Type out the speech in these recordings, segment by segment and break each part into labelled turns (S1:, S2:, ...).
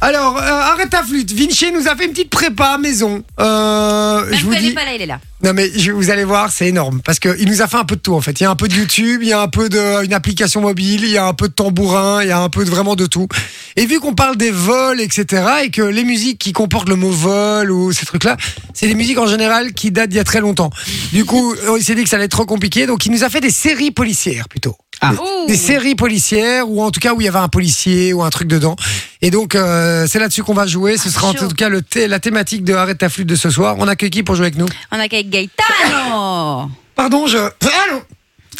S1: Alors, euh, arrête ta flûte. Vinci nous a fait une petite prépa maison. Euh,
S2: Même
S1: je
S2: quand
S1: vous
S2: elle est
S1: dis.
S2: pas là, il est là.
S1: Non mais je- vous allez voir, c'est énorme parce que il nous a fait un peu de tout en fait. Il y a un peu de YouTube, il y a un peu de une application mobile, il y a un peu de tambourin, il y a un peu de vraiment de tout. Et vu qu'on parle des vols, etc. et que les musiques qui comportent le mot vol ou ces trucs-là, c'est des musiques en général qui datent d'il y a très longtemps. Du coup, on s'est dit que ça allait être trop compliqué, donc il nous a fait des séries policières plutôt. Des-
S2: Ouh.
S1: des séries policières ou en tout cas où il y avait un policier ou un truc dedans. Et donc euh, c'est là-dessus qu'on va jouer. Ce sera en
S2: Ah, chaud.
S1: tout cas le thé- la thématique de Arrête ta flûte de ce soir. On accueille qui pour jouer avec nous
S2: On accueille Gaëtano.
S1: Pardon, je. Allô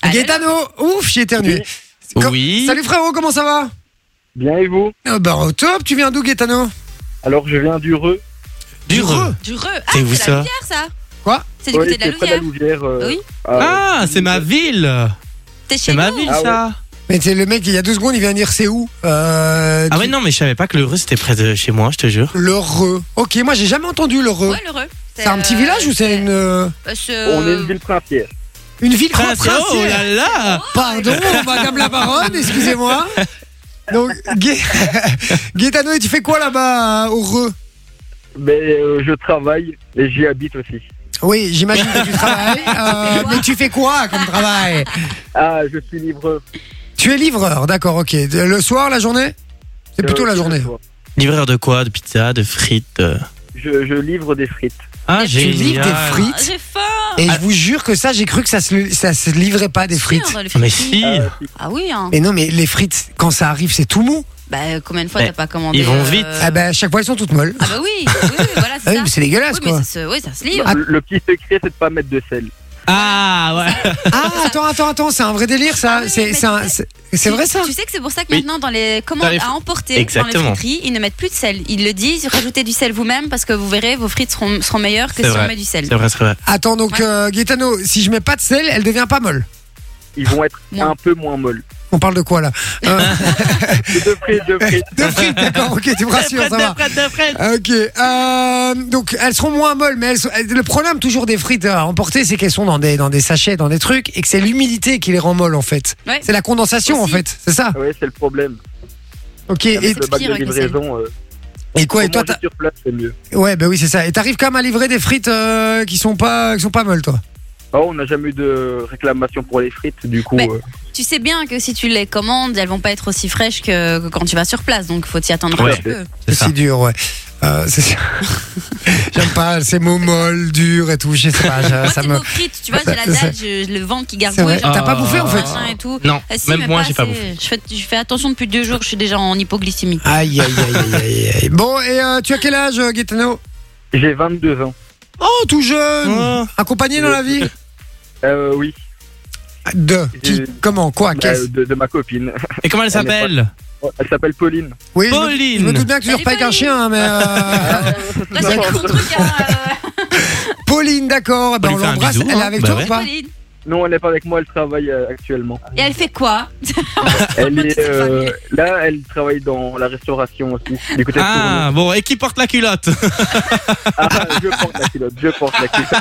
S2: Allô
S1: Gaetano Ouf, j'ai éternué. Com-
S3: Oui.
S1: Salut frérot, comment ça va
S4: Bien et vous
S1: Ah bah, au top, tu viens d'où Gaetano
S4: Alors je viens du Reux.
S3: Du re.
S2: Du re. Ah,
S3: C'est où
S2: c'est la
S3: ça
S2: Louvière, ça
S1: Quoi
S2: C'est du
S4: Ouais,
S2: côté de la
S4: c'est près de la
S2: Louvière.
S4: Louvière. euh,
S2: Oui.
S4: à- Euh,
S3: Ah, c'est ma ville.
S2: T'es
S3: C'est
S2: chez
S3: ma
S2: nous
S3: ville,
S4: Ah
S3: ça.
S1: Mais c'est le mec, il y a deux secondes, il vient de dire c'est où euh,
S3: Ah
S1: tu-
S3: ouais, non, mais je savais pas que le rue c'était près de chez moi, je te jure.
S1: Le Reux. Ok, moi j'ai jamais entendu le Reux.
S2: Ouais, le re.
S1: c'est un petit village ou c'est une, euh,
S4: On est une ville princière.
S1: une ville
S3: Prince,
S1: princière
S3: oh là là
S1: Pardon, madame la baronne, excusez-moi. Donc, Gai- Gaetano, et tu fais quoi là-bas euh, au Reux
S4: Mais euh, je travaille et j'y habite aussi.
S1: Oui, j'imagine que tu travailles. euh, mais tu fais quoi comme travail
S4: Ah, je suis livreur.
S1: Tu es livreur, d'accord, ok. Le soir, la journée C'est
S4: Euh,
S1: plutôt la
S4: je-
S1: journée.
S3: Livreur de quoi De pizza, de frites de-
S4: Je, je livre des frites.
S3: Ah,
S2: Des
S3: j'ai
S1: frites, des
S2: Ah,
S1: frites.
S2: J'ai faim.
S1: Et je vous jure que ça, j'ai cru que ça se, ça se livrait pas des frites.
S2: Sûr, le frites.
S3: Mais si,
S4: Ah, si.
S2: Ah oui, hein.
S1: Mais non, mais les frites, quand ça arrive, c'est tout mou.
S2: Bah, combien de fois
S3: Mais
S2: t'as pas commandé
S3: ils vont
S2: euh,
S3: vite.
S1: Ah ben, à chaque fois, elles sont toutes molles.
S2: Ah bah oui, oui, oui, voilà,
S1: Ah
S2: c'est
S1: oui,
S2: ça.
S1: mais c'est dégueulasse,
S2: Oui, mais
S1: quoi. Ah,
S2: ça se, oui, ça se livre.
S4: Le, le petit secret, c'est de pas mettre de sel.
S3: Ah ouais.
S1: Ah, attends, attends, attends, c'est un vrai délire,
S2: Ah
S1: ça.
S2: oui,
S1: C'est
S2: mais
S1: c'est un-
S2: tu
S1: c'est- c'est vrai, ça
S2: Tu sais que c'est pour ça que
S3: Oui.
S2: maintenant, dans les commandes
S3: Dans les fri-
S2: à emporter, dans les
S3: Exactement.
S2: friteries, ils ne mettent plus de sel. Ils le disent, rajoutez du sel vous-même parce que vous verrez, vos frites seront, seront meilleures que si
S3: C'est
S2: on
S3: vrai.
S2: met du sel.
S3: C'est vrai, c'est vrai.
S1: Attends, donc,
S2: Ouais.
S1: euh, Gaetano, si je mets pas de sel, elle devient pas molle.
S4: Ils vont être
S2: Moins.
S4: un peu moins molles.
S1: On parle de quoi, là Euh,
S4: De frites, de frites.
S1: De frites, d'accord, ok, tu me rassures, ça va. Ok, euh, donc elles seront moins molles, mais elles sont- elles- le problème toujours des frites à emporter, c'est qu'elles sont dans des, dans des sachets, dans des trucs, et que c'est l'humidité qui les rend molles en fait.
S2: Ouais.
S1: C'est la condensation en
S2: Aussi.
S1: fait, c'est ça
S4: Ouais, c'est le problème.
S1: Ok, et,
S4: Avec le bac
S2: pire
S4: de
S2: avec le sel.
S4: livraison, euh,
S1: et quoi
S4: pour
S1: et toi,
S4: manger sur place, c'est mieux.
S1: t'as- Ouais, bah oui, c'est ça. Et t'arrives quand même à livrer des frites euh, qui, sont pas, qui sont pas molles, toi
S4: Ah, on n'a jamais eu de réclamation pour les frites, du coup.
S2: Mais-
S4: euh,
S2: Tu sais bien que si tu les commandes, elles vont pas être aussi fraîches que, que quand tu vas sur place, donc faut t'y attendre un
S3: Ouais.
S2: petit peu.
S3: C'est ça.
S1: C'est dur, ouais. Euh, c'est- J'aime pas ces mots molles, durs et tout, je sais pas, je-
S2: Moi,
S1: ça
S2: c'est
S1: me.
S2: nos frites, tu vois, j'ai la
S1: C'est ça.
S2: dalle, je- le ventre qui
S1: C'est vrai.
S2: gargouille.
S1: T'as pas bouffé, en fait
S2: euh, machin et tout.
S3: Non,
S2: Ah, si,
S3: même
S2: mais
S3: moi
S2: pas
S3: j'ai pas
S2: assez.
S3: bouffé.
S2: Je fais, je fais attention depuis deux jours, je suis déjà en hypoglycémie.
S1: Aïe, aïe, aïe, aïe, aïe. Bon, et euh, tu as quel âge, euh, Gaetano
S4: J'ai 22 ans.
S1: Oh, tout jeune
S3: Oh.
S1: Accompagné dans la vie Ah,
S4: Euh, oui,
S1: De qui
S4: Euh,
S1: Comment
S3: bah,
S1: Quoi Qu'est-ce
S4: euh, de, de ma copine.
S3: Et comment elle
S4: Elle est pas-
S3: s'appelle
S4: Elle s'appelle Pauline.
S1: Oui, je me-
S3: Pauline.
S1: Je me doute bien que tu
S2: Salut,
S1: dors pas avec un
S2: Pauline.
S1: chien, hein, mais. euh,
S2: Après, c'est
S4: Non,
S2: ton truc hein, euh, à,
S1: Pauline, d'accord. eh ben,
S3: On
S1: on
S3: lui fait un
S1: l'embrasse.
S3: bisou,
S1: Elle est
S3: hein.
S1: avec
S3: Bah
S1: toi ou
S3: ouais.
S1: pas
S2: Pauline.
S4: Non, elle n'est pas avec moi, elle travaille euh, actuellement.
S2: Et elle fait quoi
S4: Elle est,
S2: Petite
S4: euh,
S2: famille.
S4: là, elle travaille dans la restauration aussi, du côté de Tournon.
S3: Ah bon, et qui porte la culotte
S4: Ah, je porte la culotte, je porte la culotte.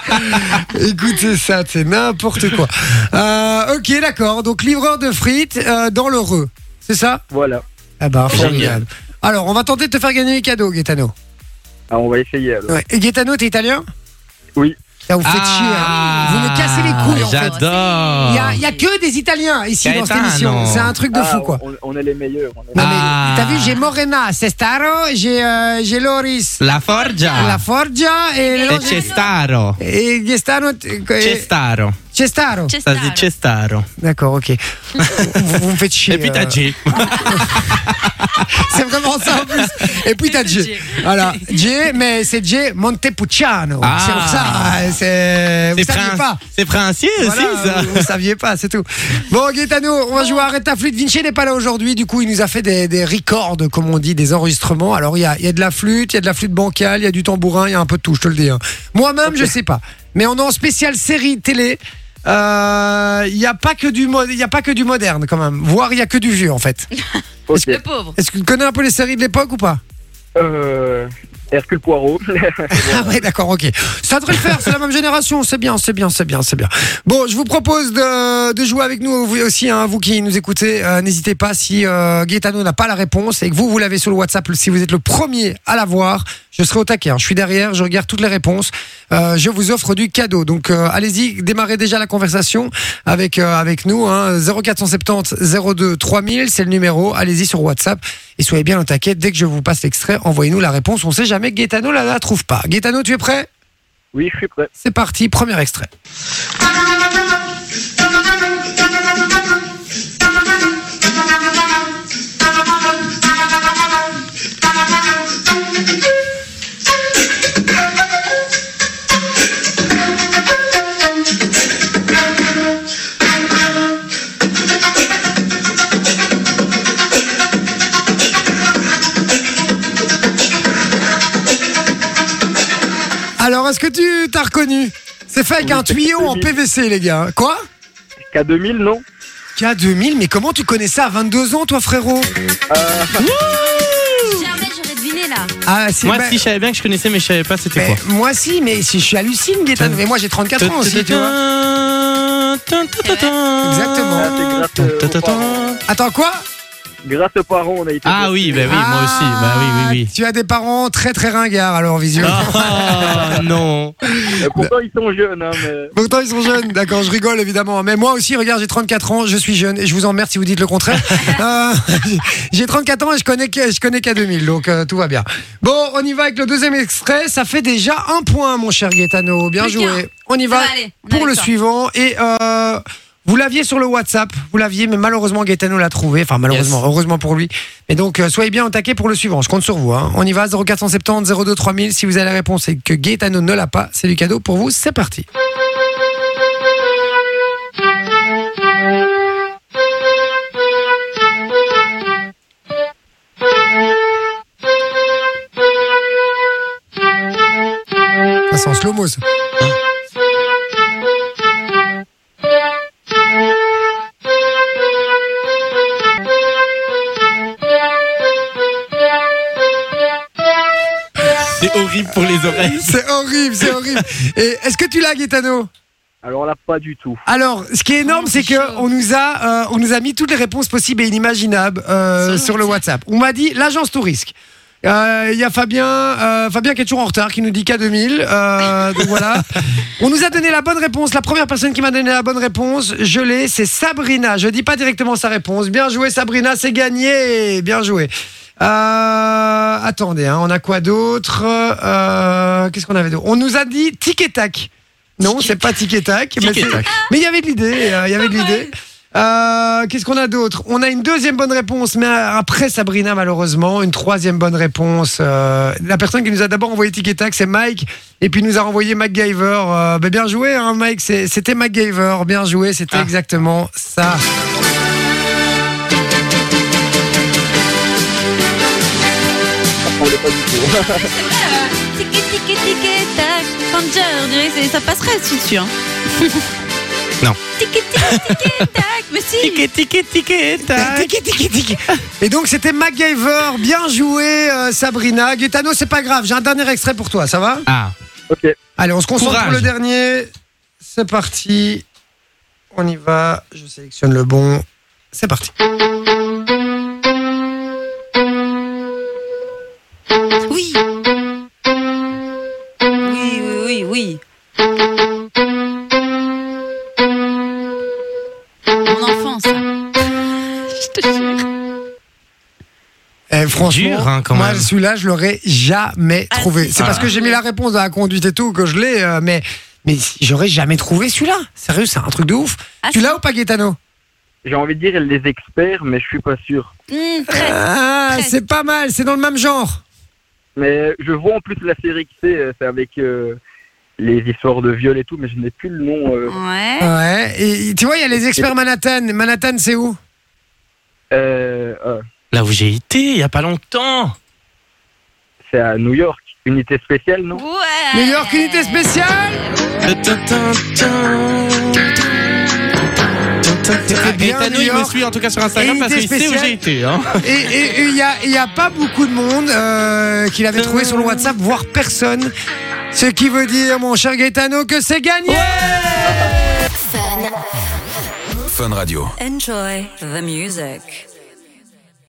S1: Écoutez ça, c'est n'importe quoi. Euh, ok, d'accord. Donc, livreur de frites euh, dans l'heureux. C'est ça
S4: Voilà,
S1: Ah bah,
S3: Génial.
S1: formidable. Alors, on va tenter de te faire gagner les cadeaux, Gaetano.
S4: Ah, on va essayer alors.
S1: Ouais. Et Gaetano, t'es italien
S4: Oui.
S1: Là, vous faites
S3: Ah.
S1: chier. hein. Vous me cassez les couilles, en fait. Il y, a,
S3: J'adore.
S1: il y a que des Italiens ici dans cette
S3: Ah. Gaetano.
S1: émission. C'est un truc de
S4: Ah,
S1: fou, quoi.
S4: On, on est les meilleurs. on est-
S1: Non, mais
S3: Ah.
S1: t'as vu, j'ai Morena, Sestaro, j'ai euh, j'ai Loris.
S3: La Forgia.
S1: La Forgia et,
S3: C'est
S1: lo-
S3: Cestaro.
S1: e Gestano t- e-
S3: Cestaro.
S1: Cestaro.
S3: Ça
S2: Chestnut.
S3: se dit Cestaro.
S1: D'accord, ok. vous, vous me faites chier.
S3: Et puis
S1: euh,
S3: t'as J.
S1: C'est vraiment ça en plus. Et puis t'as J. Voilà, J, mais c'est J Montepulciano.
S3: Ah.
S1: C'est pour ça. euh, C'est vous
S3: C'est
S1: saviez
S3: prince.
S1: pas.
S3: C'est princier aussi
S1: Voilà, euh,
S3: ça.
S1: vous, vous saviez pas, c'est tout. Bon, Gaetano, on va jouer à Arrête ta flûte. Vinci n'est pas là aujourd'hui, du coup, il nous a fait des, des records, comme on dit, des enregistrements. Alors, il y a, il y a de la flûte, il y a de la flûte bancale, il y a du tambourin, il y a un peu de tout, je te le dis. hein. Moi-même, je sais pas. Mais on est en spécial série télé. Euh, Il n'y a pas que du mo- il y a pas que du moderne quand même, voire il y a que du vieux en fait.
S4: Ok.
S2: Le pauvre.
S1: Est-ce que tu connais un peu les séries de l'époque ou pas
S4: Euh, Hercule Poirot.
S1: Ah ouais, d'accord, ok. Ça devrait le faire, c'est la même génération, c'est bien, c'est bien, c'est bien, c'est bien. Bon, je vous propose de, de jouer avec nous, vous aussi, hein, vous qui nous écoutez, euh, n'hésitez pas, si euh, Gaetano n'a pas la réponse et que vous, vous l'avez sur le WhatsApp, si vous êtes le premier à l'avoir, je serai au taquet, hein. je suis derrière, je regarde toutes les réponses, Euh, je vous offre du cadeau. Donc euh, allez-y, démarrez déjà la conversation avec, euh, avec nous, hein, 0470 02 3000, c'est le numéro, allez-y sur WhatsApp et soyez bien au taquet, dès que je vous passe l'extrait, envoyez-nous la réponse, on sait jamais, Gaetano la, la trouve pas. Gaetano, tu es prêt
S4: Oui, je suis prêt.
S1: c'est parti, premier extrait. Alors, est-ce que tu t'as reconnu C'est fait avec
S4: Oui,
S1: un tuyau en
S4: K2000.
S1: PVC, les gars. Quoi
S4: K2000, non
S1: K2000, mais comment tu connais ça à 22 ans, toi, frérot
S4: Euh,
S2: Jamais j'aurais deviné là.
S1: Ah, c'est
S3: Moi,
S1: ma-
S3: si, je savais bien que je connaissais, mais je savais pas c'était
S1: mais
S3: quoi.
S1: moi, si, mais si je suis hallucine, Gaëtan.
S3: Tin-
S1: Mais moi, j'ai 34 ans aussi, tu vois.
S3: Exactement.
S4: Ah, c'est grâce, euh, au parent.
S1: Attends, quoi
S4: grâce aux parents, on a été.
S3: Ah oui, bah oui, moi aussi. Bah oui, oui, oui.
S1: Ah, Tu as des parents très, très ringards, alors, visuellement. Ah.
S3: Oh non.
S4: Euh, pourtant, ils sont jeunes, hein, mais.
S1: Euh, Pourtant, ils sont jeunes, d'accord, je rigole évidemment. Mais moi aussi, regarde, j'ai 34 ans, je suis jeune et je vous emmerde si vous dites le contraire. Euh, j'ai 34 ans et je connais, que- je connais qu'à 2000, donc euh, tout va bien. Bon, on y va avec le deuxième extrait. Ça fait déjà un point, mon cher Gaetano. Bien
S2: Plus
S1: joué. On y va
S2: Ça va aller, on est
S1: pour
S2: avec
S1: le
S2: toi.
S1: suivant. Et euh, vous l'aviez sur le WhatsApp, vous l'aviez, mais malheureusement, Gaetano l'a trouvé. Enfin, malheureusement,
S3: Yes.
S1: heureusement pour lui. Mais donc, euh, soyez bien au taquet pour le suivant. Je compte sur vous. hein. On y va, 0470 02 3000. Si vous avez la réponse et que Gaetano ne l'a pas, c'est du cadeau pour vous. C'est parti. Ça, c'est en slow-mo, ça.
S3: C'est horrible pour les oreilles.
S1: C'est horrible, c'est horrible. Et est-ce que tu l'as, Gaetano
S4: Alors là, pas du tout.
S1: Alors, ce qui est énorme,
S2: Oh,
S1: c'est
S2: c'est
S1: que
S2: chaud.
S1: on nous a, euh, on nous a mis toutes les réponses possibles et inimaginables euh,
S2: Sur
S1: sur le WhatsApp. On m'a dit l'agence Tourisque. Euh, Il y a Fabien, euh, Fabien qui est toujours en retard, qui nous dit K2000. Euh, donc voilà. On nous a donné la bonne réponse. La première personne qui m'a donné la bonne réponse, je l'ai, c'est Sabrina. Je dis pas directement sa réponse. Bien joué, Sabrina, c'est gagné. Bien joué. Euh, attendez, hein, on a quoi d'autre Euh, Qu'est-ce qu'on avait d'autre On nous a dit tic et tac. Non, c'est pas tic et tac. mais
S3: Tic et
S1: c'est-
S3: tac.
S1: Mais il y avait de l'idée. euh, Il y avait de
S2: Pas mal.
S1: l'idée. Euh, Qu'est-ce qu'on a d'autre On a une deuxième bonne réponse, mais après Sabrina, malheureusement, une troisième bonne réponse. Euh, la personne qui nous a d'abord envoyé Tic et Tac, c'est Mike, et puis il nous a renvoyé MacGyver. Euh, ben, bien joué, hein, Mike, c'est- c'était MacGyver, bien joué, c'était
S3: Ah.
S1: exactement ça.
S4: On l'est pas du tout.
S2: euh, Ticket, ticket, ticket, tac. Conjure, on dirait que c'est- ça passerait dessus dessus. Hein.
S3: Non.
S2: Ticket, ticket, ticket, tac. Mais si.
S3: Ticket, ticket, ticket, tac.
S1: Tic et tic et tic. Et donc c'était MacGyver, bien joué, euh, Sabrina. Gaetano, c'est pas grave, j'ai un dernier extrait pour toi, ça va
S3: Ah,
S4: ok.
S1: Allez, on se concentre
S3: Courage.
S1: pour le dernier. C'est parti. On y va. Je sélectionne le bon. C'est parti.
S2: Oui. Oui, oui, oui, oui. Mon enfant, ça. Hum. Je te jure.
S1: Eh, franchement,
S3: Dur, hein, quand
S1: moi,
S3: même.
S1: celui-là, je l'aurais jamais
S2: Ah,
S1: trouvé.
S2: si.
S1: C'est parce que j'ai mis la réponse à la conduite et tout que je l'ai, euh, mais, mais j'aurais jamais trouvé celui-là. Sérieux, c'est un truc de ouf.
S2: Ah,
S1: tu l'as ou pas, Gaetano
S4: J'ai envie de dire les experts, mais je suis pas sûr.
S2: Hum, très.
S1: Ah,
S2: presque.
S1: c'est pas mal, c'est dans le même genre.
S4: Mais je vois en plus la série que c'est, euh, c'est avec euh, les histoires de viol et tout, mais je n'ai plus le nom. euh.
S2: Ouais.
S1: Ah. Ouais. Et tu vois, il y a les experts Manhattan. Manhattan, c'est où
S4: Euh, euh,
S3: là où j'ai été, il y a pas longtemps.
S4: c'est à New York, unité spéciale, non
S2: Ouais.
S1: New York, unité spéciale
S3: Tin, tin, tin, tin, tin,
S1: C'était bien
S3: Gaetano,
S1: New
S3: il Ah, me
S1: York.
S3: suit en tout cas sur Instagram
S1: Et
S3: parce
S1: idée
S3: qu'il sait où
S1: spéciale.
S3: j'ai été. Hein.
S1: Et- Et et il n'y a, il y a pas beaucoup de monde euh, qui l'avait trouvé sur le WhatsApp, voire personne. Ce qui veut dire, mon cher Gaetano, que c'est gagné
S5: Fun Radio.
S6: Enjoy the music.